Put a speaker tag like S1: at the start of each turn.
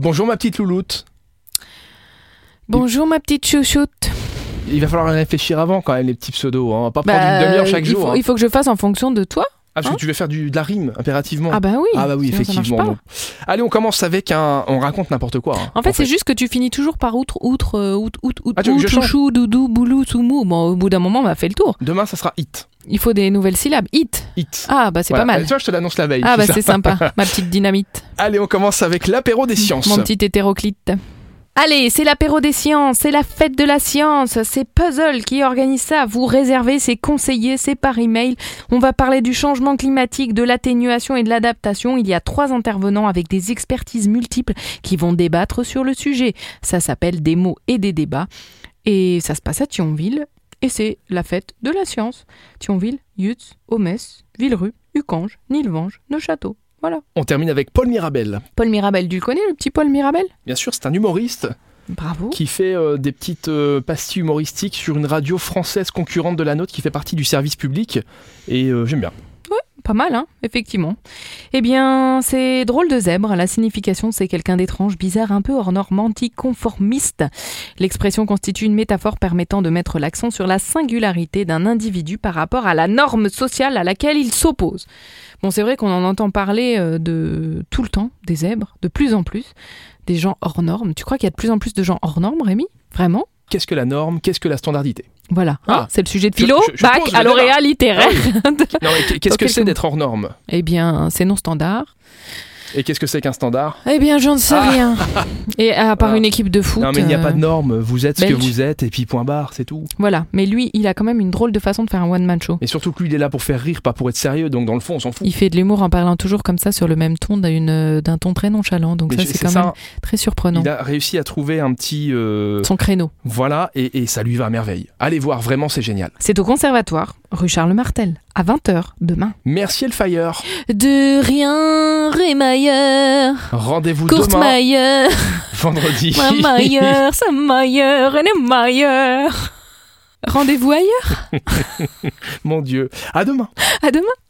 S1: Bonjour ma petite louloute.
S2: Bonjour ma petite chouchoute.
S1: Il va falloir réfléchir avant quand même les petits pseudos. hein. On va pas prendre
S2: Bah,
S1: une demi-heure chaque
S2: il
S1: jour.
S2: Faut,
S1: hein.
S2: Il faut que je fasse en fonction de toi.
S1: Ah, parce
S2: hein
S1: que tu veux faire du, de la rime impérativement.
S2: Ah bah oui.
S1: Ah bah oui,
S2: sinon ça marche
S1: effectivement.
S2: pas.
S1: non. Allez, on commence avec un. On raconte n'importe quoi. hein,
S2: En fait, c'est juste que tu finis toujours par outre, outre, euh, outre, outre, outre,
S1: Ah, tu veux que
S2: outre,
S1: je change
S2: chouchou, doudou, boulou, soumou. Bon, au bout d'un moment, on a fait le tour.
S1: Demain, ça sera hit.
S2: Il faut des nouvelles syllabes. Hit.
S1: Hit.
S2: Ah bah c'est
S1: Voilà.
S2: pas mal.
S1: Tu vois, je te l'annonce la veille.
S2: Ah bah
S1: c'est ça.
S2: c'est sympa, ma petite dynamite,
S1: Allez, on commence avec l'apéro des sciences.
S2: mon petit hétéroclite. Allez, c'est l'apéro des sciences, c'est la fête de la science, c'est Puzzle qui organise ça. Vous réservez, c'est conseillé, c'est par email. On va parler du changement climatique, de l'atténuation et de l'adaptation. Il y a trois intervenants avec des expertises multiples qui vont débattre sur le sujet. Ça s'appelle des mots et des débats. Et ça se passe à Thionville. Et c'est la fête de la science. Thionville, Yutz, Homès, Villerue, Ucange, Nilvange, Neuchâteau. Voilà.
S1: On termine avec Paul Mirabel.
S2: Paul Mirabel, tu le connais, le petit Paul Mirabel
S1: Bien sûr, c'est un humoriste
S2: Bravo.
S1: qui fait euh, des petites euh, pastilles humoristiques sur une radio française concurrente de la nôtre qui fait partie du service public. Et euh, j'aime bien.
S2: Pas mal, hein, effectivement. Eh bien, c'est drôle de zèbre. La signification, c'est quelqu'un d'étrange, bizarre, un peu hors norme, anticonformiste. L'expression constitue une métaphore permettant de mettre l'accent sur la singularité d'un individu par rapport à la norme sociale à laquelle il s'oppose. Bon, c'est vrai qu'on en entend parler euh, de tout le temps, des zèbres, de plus en plus, des gens hors normes. Tu crois qu'il y a de plus en plus de gens hors normes, Rémi Vraiment
S1: Qu'est-ce que la norme Qu'est-ce que la standardité
S2: Voilà,
S1: Ah.
S2: hein, c'est le sujet de
S1: Je-
S2: philo,
S1: je- je Ah
S2: bac,
S1: pose le
S2: à
S1: débat.
S2: lauréat littéraire.
S1: Non, mais qu'est-ce
S2: Auquel
S1: que c'est
S2: com-
S1: d'être hors norme
S2: eh bien, c'est non standard.
S1: Et qu'est-ce que c'est qu'un standard
S2: Eh bien, j'en sais
S1: Ah.
S2: rien. Et à part
S1: Ah.
S2: une équipe de foot.
S1: Non, mais il n'y a
S2: euh,
S1: pas de norme. Vous êtes ce que
S2: belge.
S1: vous êtes, et puis point barre, c'est tout.
S2: Voilà, mais lui, il a quand même une drôle de façon de faire un one-man show.
S1: Et surtout que lui, il est là pour faire rire, pas pour être sérieux, donc dans le fond, on s'en fout.
S2: Il fait de l'humour en parlant toujours comme ça sur le même ton d'une- euh, d'un ton très nonchalant. Donc
S1: Mais
S2: ça,
S1: c'est-
S2: c'est
S1: c'est
S2: quand
S1: ça,
S2: même très surprenant.
S1: il a réussi à trouver un petit. euh,
S2: Son créneau.
S1: Voilà, et, et ça lui va à merveille. Allez voir, vraiment, c'est génial.
S2: C'est au conservatoire, rue Charles Martel, à 20h demain.
S1: Merci Elfire.
S2: De rien, Rémailleur,
S1: Rendez-vous demain,
S2: Courtemailleur,
S1: vendredi.
S2: Mailleur, Samailleur, René-Mailleur. Rendez-vous ailleurs,
S1: Mon Dieu. À demain.
S2: à demain.